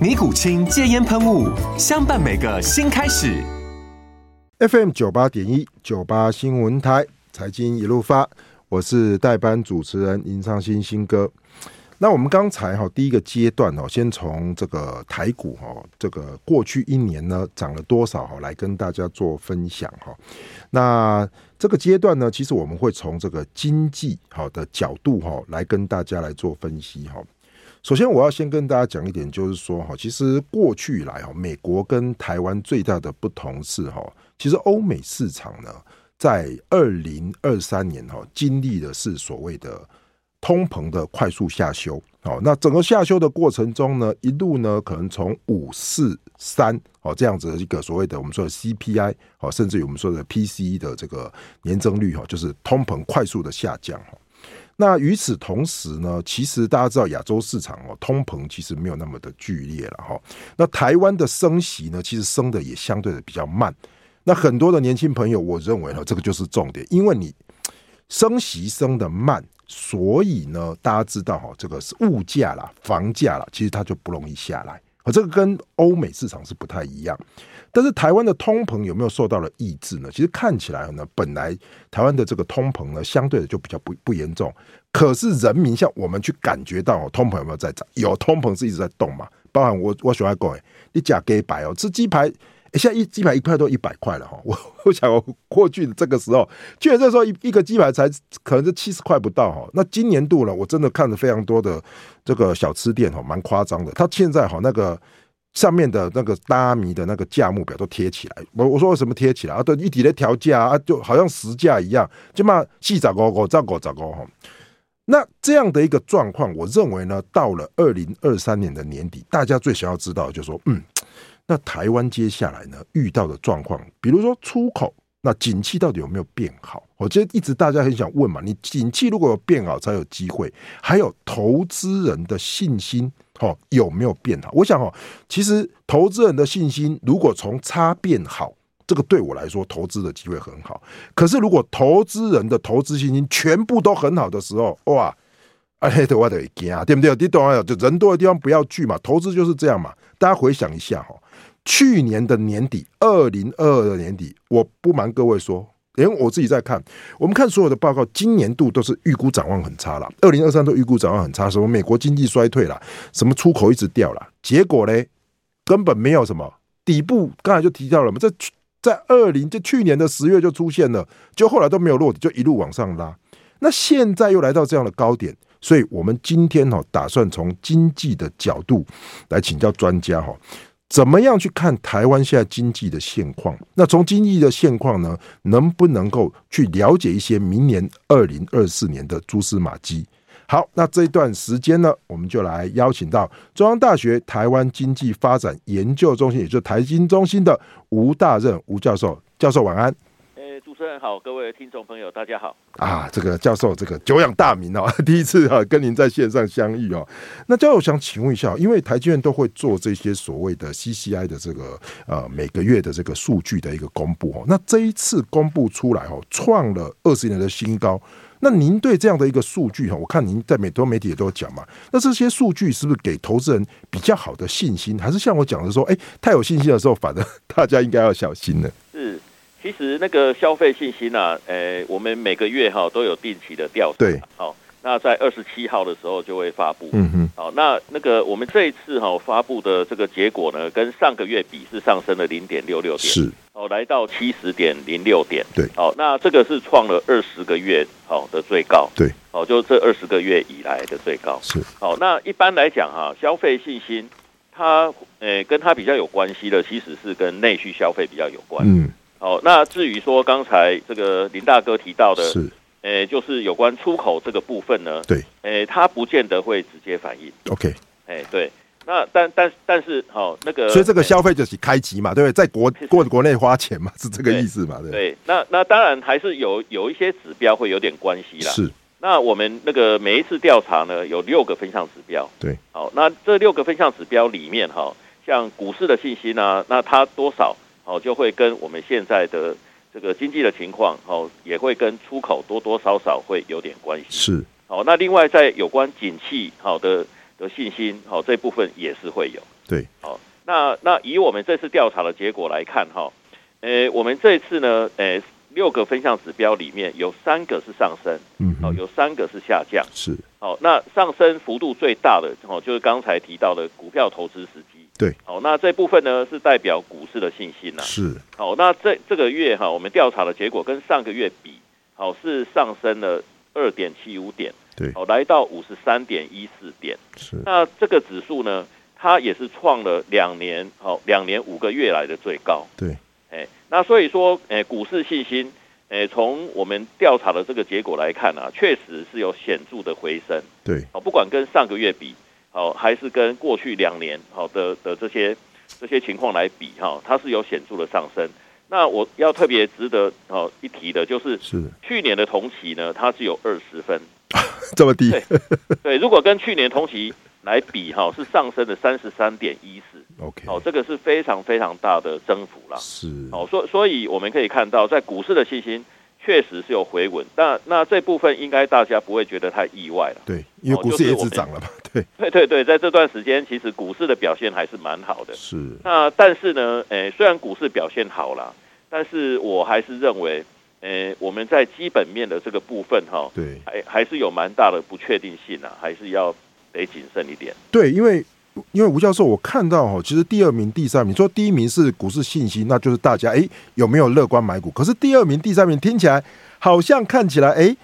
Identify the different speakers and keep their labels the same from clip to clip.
Speaker 1: 尼古清戒烟喷雾，相伴每个新开始。
Speaker 2: FM 九八点一九八新闻台财经一路发，我是代班主持人林尚新新哥。那我们刚才哈、第一个阶段哦，先从这个台股哦，这个过去一年呢涨了多少哈、来跟大家做分享哈、那这个阶段呢，其实我们会从这个经济好的角度哈、来跟大家来做分析哈、首先，我要先跟大家讲一点，就是说哈，其实过去以来哈，美国跟台湾最大的不同是哈，其实欧美市场呢，在二零二三年哈，经历的是所谓的通膨的快速下修。哦，那整个下修的过程中呢，一路呢可能从五四三哦这样子的一个所谓的我们说的 CPI 哦，甚至于我们说的 PCE 的这个年增率哈，就是通膨快速的下降哦哈。那与此同时呢，其实大家知道亚洲市场哦，通膨其实没有那么的剧烈了哈。那台湾的升息呢，其实升的也相对的比较慢。那很多的年轻朋友，我认为呢，这个就是重点，因为你升息升的慢，所以呢，大家知道哈，这个是物价啦、房价啦，其实它就不容易下来。啊，这个跟欧美市场是不太一样，但是台湾的通膨有没有受到了抑制呢？其实看起来呢，本来台湾的这个通膨呢，相对的就比较不不严重，可是人民像我们去感觉到、哦、通膨有没有在涨？有，通膨是一直在动嘛。包含我我喜欢讲，哎，你假给白哦，吃鸡排。诶现在一鸡排一块都一百块了哈，我我想我过去的这个时候，去年这时候一一个鸡排才可能就七十块不到哈。那今年度呢，我真的看了非常多的这个小吃店哈，蛮夸张的。它现在哈那个上面的那个拉米的那个价目表都贴起来，我我说为什么贴起来啊？对，一体的调价啊，就好像实价一样，就嘛细找五五找五找五哈。那这样的一个状况，我认为呢，到了二零二三年的年底，大家最想要知道的就是说，嗯，那台湾接下来呢遇到的状况，比如说出口，那景气到底有没有变好？我觉得一直大家很想问嘛，你景气如果有变好才有机会，还有投资人的信心哦有没有变好？我想哦，其实投资人的信心如果从差变好。这个对我来说，投资的机会很好。可是，如果投资人的投资信心全部都很好的时候，哇，啊，嘿，我得惊啊，对不对？你懂啊？就人多的地方不要去嘛，投资就是这样嘛。大家回想一下哈、哦，去年的年底，二零二二的年底，我不瞒各位说，连我自己在看，我们看所有的报告，今年度都是预估展望很差了，二零二三都预估展望很差，什么美国经济衰退啦，什么出口一直掉啦，结果嘞，根本没有什么底部，刚才就提到了嘛，这在二零就去年的十月就出现了，就后来都没有落底，就一路往上拉。那现在又来到这样的高点，所以我们今天哈、哦、打算从经济的角度来请教专家哈、哦，怎么样去看台湾现在经济的现况？那从经济的现况呢，能不能够去了解一些明年二零二四年的蛛丝马迹？好，那这一段时间呢，我们就来邀请到中央大学台湾经济发展研究中心，也就是台经中心的吴大任吴教授。教授晚安
Speaker 3: 诶，主持人好，各位听众朋友，大家好。
Speaker 2: 啊！这个教授，这个久仰大名哦， 第一次啊跟您在线上相遇哦。那教授，我想请问一下，因为台积院都会做这些所谓的 CCI 的这个呃每个月的这个数据的一个公布哦，那这一次公布出来哦，创了二十年的新高。那您对这样的一个数据哦哈，我看您在美多媒体也都有讲嘛，那这些数据是不是给投资人比较好的信心？还是像我讲的说，哎，太有信心的时候，反而大家应该要小心了。
Speaker 3: 是，其实那个消费信心啊，诶，我们每个月哈、都有定期的调查，
Speaker 2: 对，
Speaker 3: 好、那在二十七号的时候就会发布。
Speaker 2: 嗯哼，
Speaker 3: 好、那那个我们这一次哈、发布的这个结果呢，跟上个月比是上升了零点六六点。
Speaker 2: 是，
Speaker 3: 哦、哦，来到七十点零六点，
Speaker 2: 对
Speaker 3: 哦，那这个是创了二十个月好、哦、的最高，
Speaker 2: 对，
Speaker 3: 哦，就这二十个月以来的最高。
Speaker 2: 是
Speaker 3: 好、那一般来讲哈、消费信心它呃跟它比较有关系的，其实是跟内需消费比较有关。
Speaker 2: 嗯
Speaker 3: 好、那至于说刚才这个林大哥提到的，
Speaker 2: 是
Speaker 3: 呃，就是有关出口这个部分呢，
Speaker 2: 对，
Speaker 3: 呃，它不见得会直接反映，
Speaker 2: OK，
Speaker 3: 哎、对。那但但但是好、那个，
Speaker 2: 所以这个
Speaker 3: 哎
Speaker 2: 消费就是开机嘛，对不对？在国国国内花钱嘛，是这个意思嘛？对不对，
Speaker 3: 对，那那当然还是有有一些指标会有点关系啦。
Speaker 2: 是
Speaker 3: 那我们那个每一次调查呢，有六个分项指标。
Speaker 2: 对，
Speaker 3: 好，那这六个分项指标里面哈，像股市的信心呢、那它多少哦，就会跟我们现在的这个经济的情况哦，也会跟出口多多少少会有点关系。
Speaker 2: 是
Speaker 3: 好，那另外在有关景气好的的信心好这部分也是会有。
Speaker 2: 对，
Speaker 3: 好，那那以我们这次调查的结果来看哈，呃，我们这次呢，呃，六个分项指标里面有三个是上升，
Speaker 2: 嗯
Speaker 3: 哦，
Speaker 2: 哼，
Speaker 3: 有三个是下降。
Speaker 2: 是
Speaker 3: 哦，那上升幅度最大的哦，就是刚才提到的股票投资时机。
Speaker 2: 对，
Speaker 3: 哦，那这部分呢是代表股市的信心呐、
Speaker 2: 是
Speaker 3: 好、那这这个月哈、我们调查的结果跟上个月比，好、是上升了二点七五点，
Speaker 2: 对
Speaker 3: 好、来到五十三点一四点。
Speaker 2: 是
Speaker 3: 那这个指数呢，它也是创了两年好、两年五个月来的最高。
Speaker 2: 对，
Speaker 3: 哎，那所以说，哎，股市信心，哎，从我们调查的这个结果来看啊，确实是有显著的回升。
Speaker 2: 对
Speaker 3: 哦，不管跟上个月比，哦，还是跟过去两年好、的的这些这些情况来比哈、它是有显著的上升。那我要特别值得哦一提的就是，
Speaker 2: 是
Speaker 3: 去年的同期呢，它是有二十分，
Speaker 2: 这么低，
Speaker 3: 对对，如果跟去年同期来比哈、是上升了三十三点一四，
Speaker 2: OK，
Speaker 3: 哦，这个是非常非常大的增幅啦。
Speaker 2: 是
Speaker 3: 哦，所所以我们可以看到，在股市的信心确实是有回稳，那那这部分应该大家不会觉得太意外了。
Speaker 2: 对，因为
Speaker 3: 哦
Speaker 2: 股
Speaker 3: 就
Speaker 2: 市
Speaker 3: 是
Speaker 2: 也
Speaker 3: 我
Speaker 2: 只
Speaker 3: 们
Speaker 2: 涨了嘛，对，
Speaker 3: 对对对，在这段时间，其实股市的表现还是蛮好的。
Speaker 2: 是
Speaker 3: 那但是呢，诶、虽然股市表现好啦，但是我还是认为，诶、我们在基本面的这个部分哈，
Speaker 2: 对
Speaker 3: 还还是有蛮大的不确定性啊，还是要得谨慎一点。
Speaker 2: 对，因为因为吴教授，我看到哦，其实第二名、第三名，说第一名是股市信息，那就是大家哎有没有乐观买股？可是第二名、第三名听起来好像看起来哎，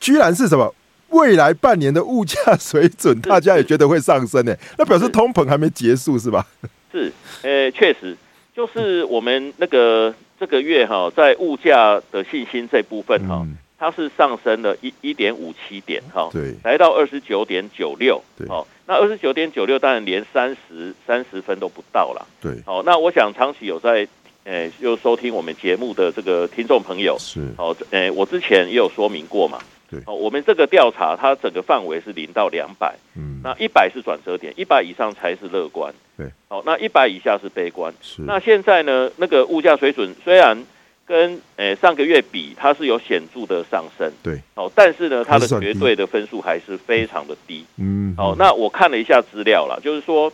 Speaker 2: 居然是什么？未来半年的物价 水准，大家也觉得会上升呢，那表示
Speaker 3: 是
Speaker 2: 通膨还没结束是吧？
Speaker 3: 是，诶、确实，就是我们那个这个月哈，在物价的信心这部分哈，
Speaker 2: 嗯
Speaker 3: 它是上升了一一点五七点哈，
Speaker 2: 对
Speaker 3: 来到二十九点九六
Speaker 2: 对，
Speaker 3: 好，那二十九点九六当然连三十三十分都不到了，
Speaker 2: 对
Speaker 3: 好，那我想长期有在诶、就收听我们节目的这个听众朋友，
Speaker 2: 是
Speaker 3: 好，诶、我之前也有说明过嘛，
Speaker 2: 对
Speaker 3: 好，我们这个调查它整个范围是零到两百，
Speaker 2: 嗯
Speaker 3: 那一百是转折点，一百以上才是乐观，
Speaker 2: 对，
Speaker 3: 好，那一百以下是悲观，
Speaker 2: 是
Speaker 3: 那现在呢，那个物价水准虽然跟诶、上个月比，它是有显著的上升，
Speaker 2: 对
Speaker 3: 哦，但是呢，它
Speaker 2: 还
Speaker 3: 的
Speaker 2: 是很低
Speaker 3: 绝对的分数还是非常的低。
Speaker 2: 嗯
Speaker 3: 哦，那我看了一下资料啦，就是说，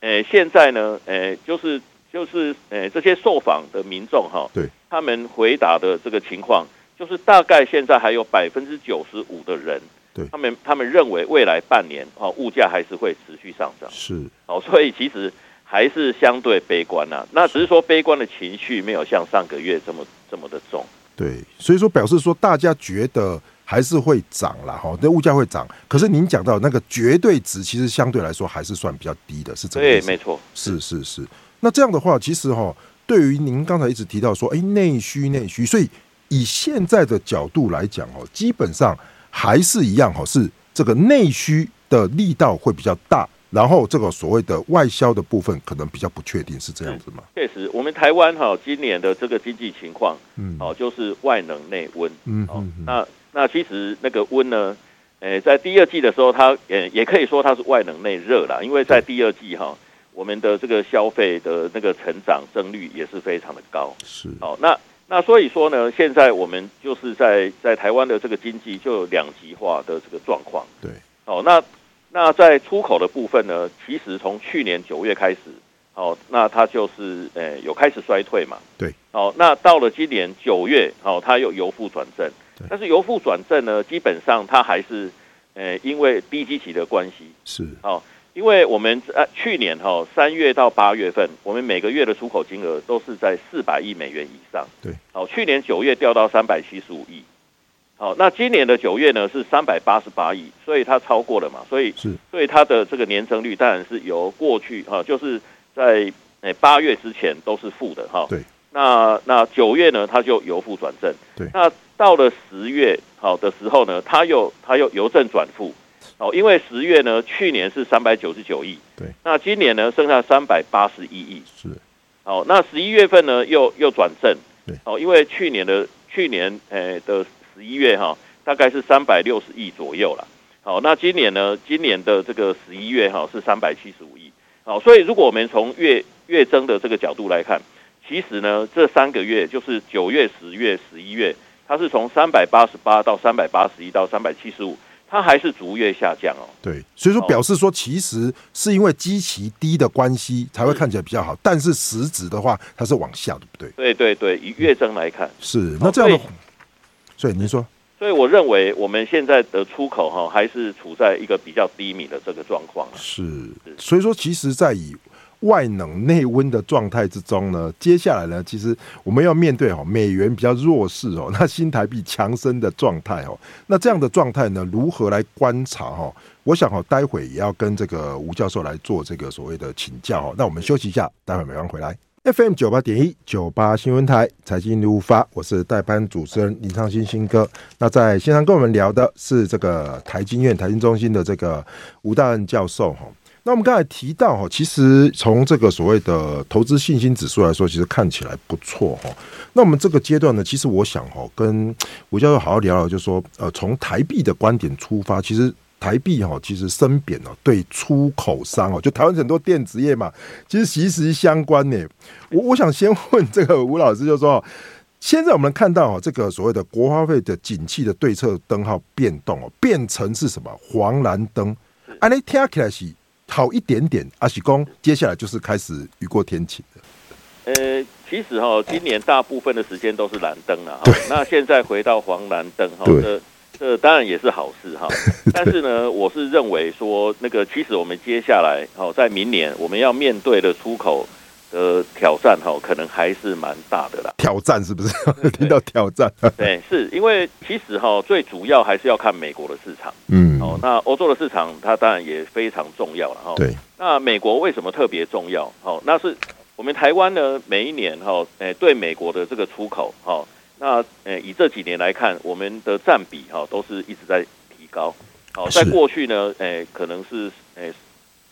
Speaker 3: 诶、现在呢，诶、就是就是诶、这些受访的民众哈，
Speaker 2: 对，
Speaker 3: 他们回答的这个情况，就是大概现在还有百分之九十五的人，
Speaker 2: 对
Speaker 3: 他们他们认为未来半年哦，物价还是会持续上涨。
Speaker 2: 是
Speaker 3: 哦，所以其实还是相对悲观呐、那只是说悲观的情绪没有像上个月这么这么的重。
Speaker 2: 对，所以说表示说大家觉得还是会涨啦，哈，那物价会涨。可是您讲到那个绝对值，其实相对来说还是算比较低的，是这个意
Speaker 3: 对，
Speaker 2: 思
Speaker 3: 没错，
Speaker 2: 是是是。那这样的话，其实哈，对于您刚才一直提到说，哎，内需内需，所以以现在的角度来讲哦，基本上还是一样哦，是这个内需的力道会比较大，然后这个所谓的外销的部分可能比较不确定，是这样子吗？
Speaker 3: 确实，我们台湾哈、今年的这个经济情况，
Speaker 2: 嗯，
Speaker 3: 哦，就是外冷内温。
Speaker 2: 嗯
Speaker 3: 哦
Speaker 2: 嗯，嗯
Speaker 3: 那那其实那个温呢，呃，在第二季的时候它，也也可以说它是外冷内热啦，因为在第二季哈、我们的这个消费的那个成长增率也是非常的高。
Speaker 2: 是
Speaker 3: 好，那那所以说呢，现在我们就是在在台湾的这个经济就有两极化的这个状况。
Speaker 2: 对，
Speaker 3: 哦，那那在出口的部分呢，其实从去年九月开始，哦，那它就是呃有开始衰退嘛。
Speaker 2: 对，
Speaker 3: 哦，那到了今年九月，哦，它有由负转正
Speaker 2: 对，
Speaker 3: 但是由负转正呢，基本上它还是呃因为低基期的关系，
Speaker 2: 是
Speaker 3: 哦，因为我们呃去年哈、三月到八月份，我们每个月的出口金额都是在四百亿美元以上。
Speaker 2: 对，
Speaker 3: 好、去年九月掉到三百七十五亿，好、那今年的九月呢是三百八十八亿，所以它超过了嘛，所以
Speaker 2: 是
Speaker 3: 所以它的这个年增率当然是由过去哈、就是在诶八月之前都是负的哈、
Speaker 2: 对。
Speaker 3: 那那九月呢，它就由负转正。
Speaker 2: 对
Speaker 3: 那到了十月好、的时候呢，它又它又由正转负。哦，因为十月呢，去年是三百九十九亿，
Speaker 2: 对，
Speaker 3: 那今年呢剩下三百八十一亿，
Speaker 2: 是
Speaker 3: 哦，那十一月份呢又又转正，
Speaker 2: 对
Speaker 3: 哦，因为去年的去年诶的十一月哈、大概是三百六十亿左右啦。好、那今年呢，今年的这个十一月哈、是三百七十五亿，好、所以如果我们从月月增的这个角度来看，其实呢这三个月就是九月、十月、十一月，它是从三百八十八到三百八十一到三百七十五，它还是逐月下降哦。
Speaker 2: 对，所以说
Speaker 3: 哦
Speaker 2: 表示说，其实是因为基期低的关系才会看起来比较好，但是实质的话，它是往下，对不对？
Speaker 3: 对对对，以月增来看，
Speaker 2: 是，
Speaker 3: 哦
Speaker 2: 那这样的
Speaker 3: 所，
Speaker 2: 所以您说
Speaker 3: 所以我认为我们现在的出口哈、还是处在一个比较低迷的这个状况、啊。
Speaker 2: 是，所以说，其实，在以外冷内温的状态之中呢，接下来呢，其实我们要面对哦美元比较弱势哦， 那新台币强升的状态哦，那这样的状态呢，如何来观察哦？我想哦，待会也要跟这个吴教授来做这个所谓的请教哦。那我们休息一下，待会马上回来。FM 九八点一九八新闻台财经一路发，我是代班主持人林昌新新哥。那在线上跟我们聊的是这个台经院台经中心的这个吴大任教授哈。那我们刚才提到哈，其实从这个所谓的投资信心指数来说，其实看起来不错哈。那我们这个阶段呢，其实我想哈，跟吴教授好好聊聊，就是说呃，从台币的观点出发，其实。台币哈，其实升贬哦，对出口商哦，就台湾很多电子业嘛，其实息息相关呢。我我想先问这个吴老师，就说现在我们看到哦，这个所谓的国花费的景气的对策灯号变动哦，变成是什么黄蓝灯？啊，那听起来是好一点点，阿喜公接下来就是开始雨过天晴的。
Speaker 3: 呃，其实哈、今年大部分的时间都是蓝灯了哈。那现在回到黄蓝灯哈，
Speaker 2: 对
Speaker 3: 这这当然也是好事哈。但是呢，我是认为说，那个其实我们接下来哈、在明年我们要面对的出口的挑战哈、可能还是蛮大的啦。
Speaker 2: 挑战是不是？ 听到挑战，
Speaker 3: 对，是因为其实哈、最主要还是要看美国的市场。
Speaker 2: 嗯，
Speaker 3: 哦，那欧洲的市场它当然也非常重要了哈。
Speaker 2: 对，
Speaker 3: 那美国为什么特别重要？哦，那是我们台湾呢，每一年哈，哦诶、对美国的这个出口哈、哦，那诶、以这几年来看，我们的占比哈、哦都是一直在提高。哦，在
Speaker 2: 是
Speaker 3: 过去呢，诶、可能是诶、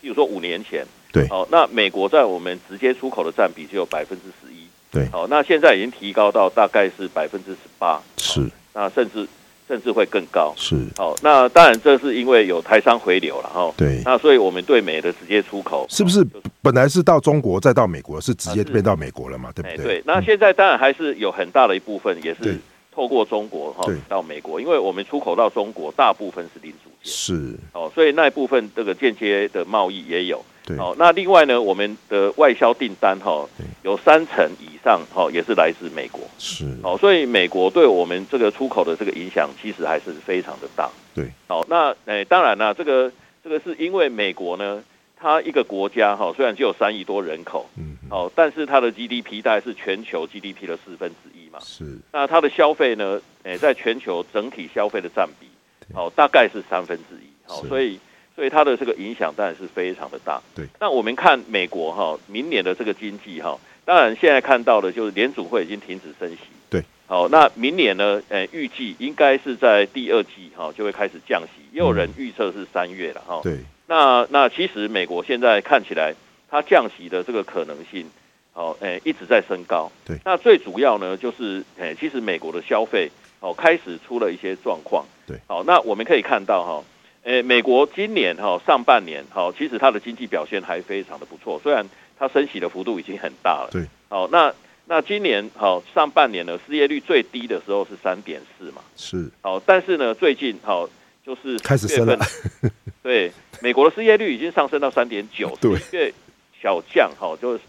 Speaker 3: 譬如说五年前，
Speaker 2: 对
Speaker 3: 哦，那美国在我们直接出口的占比只有百分之十一，
Speaker 2: 对
Speaker 3: 哦，那现在已经提高到大概是百分之十八，
Speaker 2: 是
Speaker 3: 那甚至甚至会更高。
Speaker 2: 是，
Speaker 3: 哦，那当然这是因为有台商回流了哈。哦
Speaker 2: 对
Speaker 3: 那所以我们对美的直接出口
Speaker 2: 是不是
Speaker 3: 哦就
Speaker 2: 本来是到中国再到美国，是直接
Speaker 3: 啊是
Speaker 2: 变到美国了嘛？对
Speaker 3: 哎
Speaker 2: 不
Speaker 3: 对
Speaker 2: 对？，嗯
Speaker 3: 那现在当然还是有很大的一部分也
Speaker 2: 对
Speaker 3: 是透过中国哈、
Speaker 2: 对
Speaker 3: 到美国，因为我们出口到中国大部分是零组件
Speaker 2: 是，
Speaker 3: 哦，所以那一部分这个间接的贸易也有
Speaker 2: 对，
Speaker 3: 哦。那另外呢，我们的外销订单哈、
Speaker 2: 对
Speaker 3: 有三成以上哈、也是来自美国
Speaker 2: 是，
Speaker 3: 哦，所以美国对我们这个出口的这个影响其实还是非常的大。
Speaker 2: 对，
Speaker 3: 哦，那诶、当然啦，这个这个是因为美国呢，它一个国家哈、虽然只有三亿多人口，
Speaker 2: 嗯，
Speaker 3: 哦，但是它的 GDP 大概是全球 GDP 的四分之一嘛。
Speaker 2: 是
Speaker 3: 那它的消费呢，诶、在全球整体消费的占比，哦，大概是三分之一。哦
Speaker 2: 是，
Speaker 3: 所以所以它的这个影响当然是非常的大。
Speaker 2: 对，
Speaker 3: 那我们看美国哈、明年的这个经济哈、当然现在看到的就是联储会已经停止升息。
Speaker 2: 对，
Speaker 3: 哦，那明年呢，诶、预计应该是在第二季哈、就会开始降息，也有人
Speaker 2: 嗯
Speaker 3: 预测是三月了哈、
Speaker 2: 对，
Speaker 3: 那那其实美国现在看起来，它降息的这个可能性，哦，诶、一直在升高。
Speaker 2: 对
Speaker 3: 那最主要呢，就是诶、其实美国的消费哦开始出了一些状况。
Speaker 2: 对，
Speaker 3: 好、那我们可以看到哈、诶、美国今年哈、上半年哈、其实它的经济表现还非常的不错，虽然它升息的幅度已经很大了。
Speaker 2: 对，
Speaker 3: 好、那那今年好、上半年呢，失业率最低的时候是三点四嘛。
Speaker 2: 是
Speaker 3: 好、但是呢，最近好、就是
Speaker 2: 开始升了
Speaker 3: 月份， 对，美国的失业率已经上升到三点九，
Speaker 2: 对
Speaker 3: 十一月小降哈、就是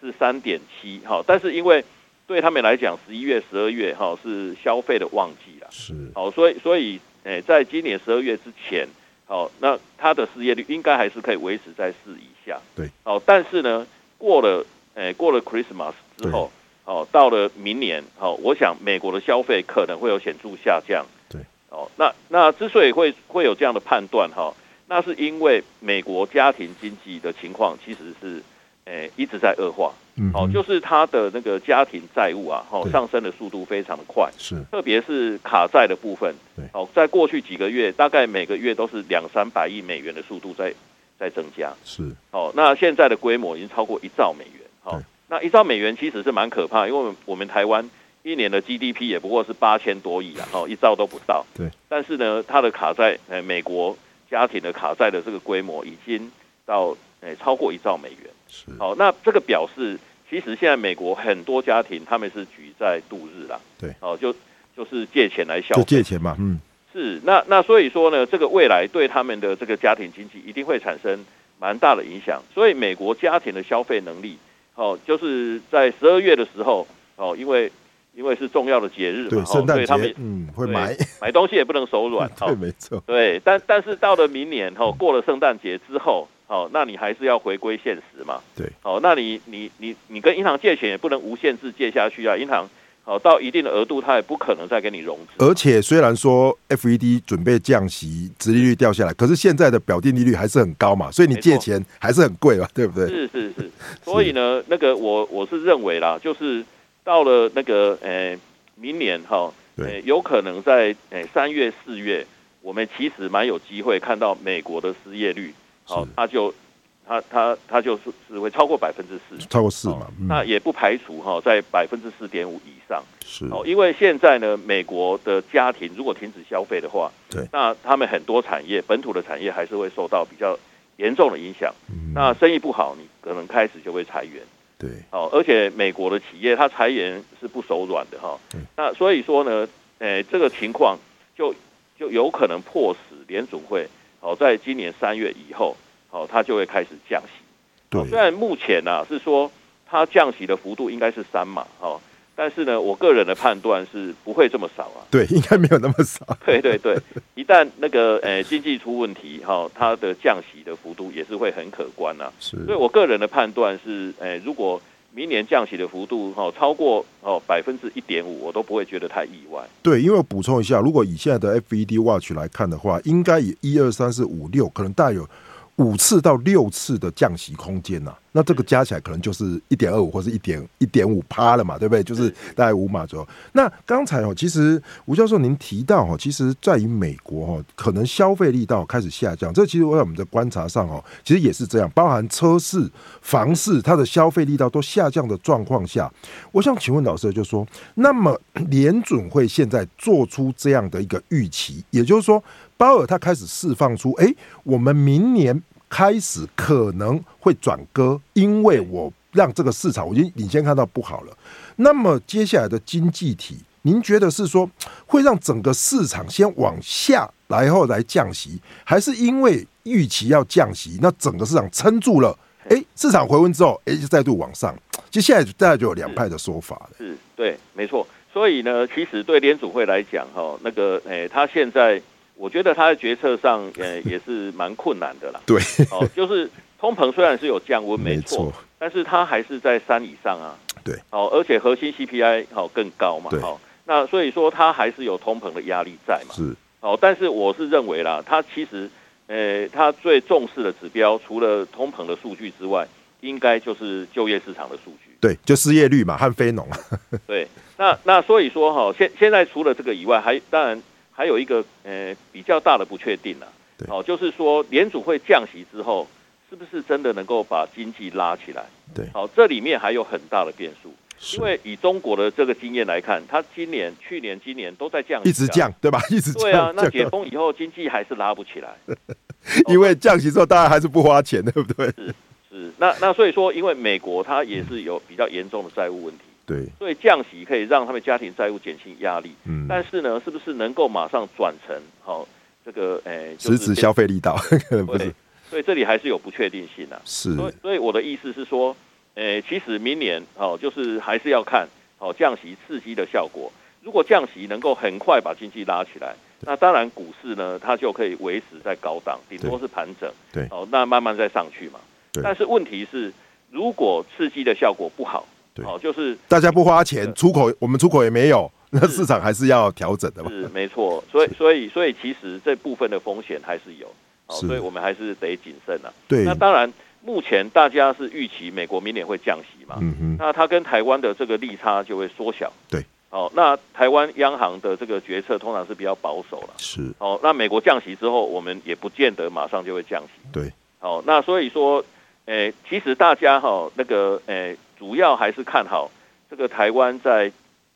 Speaker 3: 是三点七哈，但是因为对他们来讲，十一月、十二月哈、是消费的旺季啦，
Speaker 2: 是
Speaker 3: 好、所以所以诶、在今年十二月之前，好、那它的失业率应该还是可以维持在四以下。
Speaker 2: 对，
Speaker 3: 好、但是呢，过了诶、过了 Christmas 之后，好、到了明年，好、我想美国的消费可能会有显著下降。
Speaker 2: 对，
Speaker 3: 哦，那那之所以会会有这样的判断哈、那是因为美国家庭经济的情况其实是诶、一直在恶化。
Speaker 2: 嗯
Speaker 3: 哦，
Speaker 2: 哼，
Speaker 3: 就是他的那个家庭债务啊，哦
Speaker 2: 对
Speaker 3: 上升的速度非常的快。
Speaker 2: 是
Speaker 3: 特别是卡债的部分
Speaker 2: 对，
Speaker 3: 哦，在过去几个月，大概每个月都是两三百亿美元的速度在在增加。
Speaker 2: 是，
Speaker 3: 哦，那现在的规模已经超过一兆美元。哦
Speaker 2: 对，
Speaker 3: 那一兆美元其实是蛮可怕，因为我们我们台湾一年的 GDP 也不过是八千多亿啊，哦，一兆都不到。
Speaker 2: 对，
Speaker 3: 但是呢，它的卡债，呃，美国家庭的卡债的这个规模已经到呃超过一兆美元。
Speaker 2: 是，
Speaker 3: 好、那这个表示，其实现在美国很多家庭他们是举债度日啦，
Speaker 2: 对
Speaker 3: 哦，就就是借钱来消
Speaker 2: 就
Speaker 3: 费，
Speaker 2: 借钱嘛，嗯，
Speaker 3: 是那那所以说呢，这个未来对他们的这个家庭经济一定会产生蛮大的影响，所以美国家庭的消费能力，哦，就是在十二月的时候，哦，因为因为是重要的节日
Speaker 2: 对
Speaker 3: 嘛，，
Speaker 2: 圣
Speaker 3: 哦、所
Speaker 2: 诞
Speaker 3: 以他们
Speaker 2: 节，嗯，会
Speaker 3: 对
Speaker 2: 买，
Speaker 3: 买东西也不能手软，哦
Speaker 2: 对，没错，
Speaker 3: 对，但但是到了明年哦，过了圣诞节之后，哦，那你还是要回归现实嘛。
Speaker 2: 对，
Speaker 3: 哦，那你你你你跟银行借钱也不能无限制借下去啊，银行哦到一定的额度，它也不可能再给你融资。
Speaker 2: 而且虽然说 FED 准备降息，殖利率掉下来，可是现在的表定利率还是很高嘛，所以你
Speaker 3: 没错
Speaker 2: 借钱还是很贵嘛，对不对？
Speaker 3: 是是 是，所以呢，那个我我是认为啦，就是到了那个呃明年哈、哦，
Speaker 2: 对
Speaker 3: 呃有可能在呃三月四月，我们其实蛮有机会看到美国的失业率，哦
Speaker 2: 是，
Speaker 3: 它就它它它就是是会超过百分之四。
Speaker 2: 超过四
Speaker 3: 哦
Speaker 2: 嘛，
Speaker 3: 那
Speaker 2: 嗯，
Speaker 3: 也不排除哈、在百分之四点五以上
Speaker 2: 是，
Speaker 3: 哦，因为现在呢，美国的家庭如果停止消费的话，
Speaker 2: 对
Speaker 3: 那他们很多产业本土的产业还是会受到比较严重的影响。
Speaker 2: 嗯
Speaker 3: 那生意不好，你可能开始就会裁员
Speaker 2: 对，
Speaker 3: 哦，而且美国的企业它裁员是不手软的哈、
Speaker 2: 对
Speaker 3: 那所以说呢，呃，这个情况就就有可能迫使联总会哦，在今年三月以后哦，它就会开始降息。虽
Speaker 2: 对，
Speaker 3: 然目前呢、啊、是说它降息的幅度应该是三码哦，但是呢，我个人的判断是不会这么少 啊。
Speaker 2: 对，应该没有那么少，
Speaker 3: 对对对，一旦那个呃经济出问题哈、哦，它的降息的幅度也是会很可观啊。
Speaker 2: 是，
Speaker 3: 所以我个人的判断是，呃，如果明年降息的幅度哈、哦、超过哦百分之一点五，我都不会觉得太意外。
Speaker 2: 对，因为我补充一下，如果以现在的 FED Watch 来看的话，应该以一二三四五六，可能大概有五次到六次的降息空间呐、那这个加起来可能就是一点二五或是一点一点五趴了嘛，对不对？就是大概五码左右。那刚才哦，其实吴教授您提到哦，其实在于美国哦，可能消费力道开始下降，这其实我在我们的观察上哦，其实也是这样，包含车市、房市，它的消费力道都下降的状况下，我想请问老师，就说，那么 联准会现在做出这样的一个预期，也就是说，鲍尔他开始释放出，哎，我们明年开始可能会转割，因为我让这个市场我已经领先看到不好了。那么接下来的经济体，您觉得是说会让整个市场先往下，然后来降息，还是因为预期要降息，那整个市场撑住了？哎，市场回温之后，哎，就再度往上。其实现在大家就有两派的说法了。
Speaker 3: 是对，没错。所以呢，其实对联储会来讲，哈、那个，诶、他现在我觉得他的决策上，呃，也是蛮困难的啦。
Speaker 2: 对，
Speaker 3: 哦，就是通膨虽然是有降温，没
Speaker 2: 没
Speaker 3: 错
Speaker 2: 错，
Speaker 3: 但是它还是在三以上啊。
Speaker 2: 对，
Speaker 3: 哦，而且核心 CPI 好、哦更高嘛
Speaker 2: 对，
Speaker 3: 好、那所以说它还是有通膨的压力在嘛。
Speaker 2: 是
Speaker 3: 哦，但是我是认为啦，它其实，呃，它最重视的指标除了通膨的数据之外，应该就是就业市场的数据。
Speaker 2: 对，就失业率嘛，和非农啊，
Speaker 3: 对，那那所以说哈、现现在除了这个以外，还当然还有一个呃比较大的不确定了、
Speaker 2: 对
Speaker 3: 哦，就是说联储会降息之后，是不是真的能够把经济拉起来？
Speaker 2: 对
Speaker 3: 好、这里面还有很大的变数，
Speaker 2: 是
Speaker 3: 哦因为以中国的这个经验来看，它今年、去年、今年都在降息、啊
Speaker 2: 一直。降，对吧？一直降，
Speaker 3: 对啊，那
Speaker 2: 降
Speaker 3: 解封以后经济还是拉不 起来。
Speaker 2: 因为降息之后，大家还是不花钱，对不对？
Speaker 3: 是，那那所以说，因为美国它也是有比较严重的债务问题，
Speaker 2: 对，
Speaker 3: 所以降息可以让他们家庭债务减轻压力。
Speaker 2: 嗯，
Speaker 3: 但是呢，是不是能够马上转成好、这个诶、就
Speaker 2: 实
Speaker 3: 是
Speaker 2: 质消费力道 可能不
Speaker 3: 对
Speaker 2: 是，
Speaker 3: 所以这里还是有不确定性啊。
Speaker 2: 是
Speaker 3: 所以所以我的意思是说，诶、其实明年哦，就是还是要看哦降息刺激的效果。如果降息能够很快把经济拉起来，那当然股市呢它就可以维持在高档，顶多是盘整。
Speaker 2: 对
Speaker 3: 哦，那慢慢再上去嘛
Speaker 2: 对。
Speaker 3: 但是问题是，如果刺激的效果不好，
Speaker 2: 对
Speaker 3: 哦，就是
Speaker 2: 大家不花钱，出口我们出口也没有，那
Speaker 3: 是
Speaker 2: 市场还是要调整的嘛。
Speaker 3: 是没错，所以所以所以其实这部分的风险还是有，哦，
Speaker 2: 是
Speaker 3: 所以我们还是得谨慎啊。
Speaker 2: 对
Speaker 3: 那，当然，目前大家是预期美国明年会降息嘛，
Speaker 2: 嗯哼，
Speaker 3: 那它跟台湾的这个利差就会缩小。
Speaker 2: 对，
Speaker 3: 哦，那台湾央行的这个决策通常是比较保守了。
Speaker 2: 是
Speaker 3: 哦，那美国降息之后，我们也不见得马上就会降息。
Speaker 2: 对，
Speaker 3: 哦，那所以说，诶、其实大家哈、那个诶、主要还是看好这个台湾在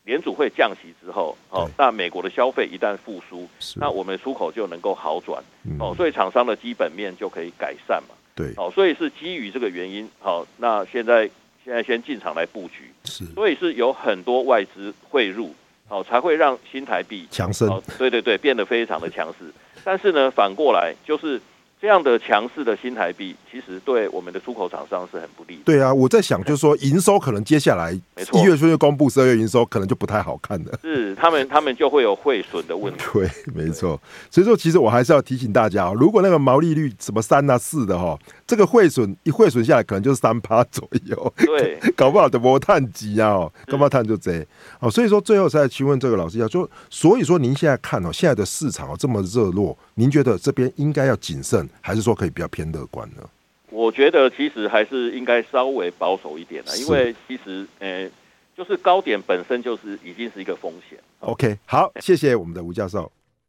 Speaker 3: 联储会降息之后，哦
Speaker 2: 对，
Speaker 3: 那美国的消费一旦复苏，
Speaker 2: 是
Speaker 3: 那我们出口就能够好转，哦，
Speaker 2: 以
Speaker 3: 所以厂商的基本面就可以改善嘛，
Speaker 2: 对
Speaker 3: 哦，所以是基于这个原因，好、那现在现在先进场来布局，
Speaker 2: 是
Speaker 3: 所以是有很多外资汇入，哦，才会让新台币
Speaker 2: 强盛，
Speaker 3: 哦，对对对，变得非常的强势。但是呢，反过来就是这样的强势的新台币，其实对我们的出口厂商是很不利的。
Speaker 2: 对啊，我在想就是说营收可能接下来
Speaker 3: 没错
Speaker 2: 一月份就公布，十二月营收可能就不太好看了。
Speaker 3: 是他们他们就会有汇损的问题。
Speaker 2: 对，没错。所以说，其实我还是要提醒大家哦，如果那个毛利率什么三啊四的哈，这个汇损一汇损下来，可能就是三趴左右。
Speaker 3: 对，
Speaker 2: 搞不好的波探级啊，哦干嘛探就贼哦，所以说最后再去问这个老师一下，就所以说您现在看哦，现在的市场哦这么热络，您觉得这边应该要谨慎，还是说可以比较偏乐观呢？
Speaker 3: 我觉得其实还是应该稍微保守一点了，啊
Speaker 2: 是
Speaker 3: 因为其实呃，就是高点本身就是已经是一个风险。
Speaker 2: OK，好，谢谢我们的吴教授。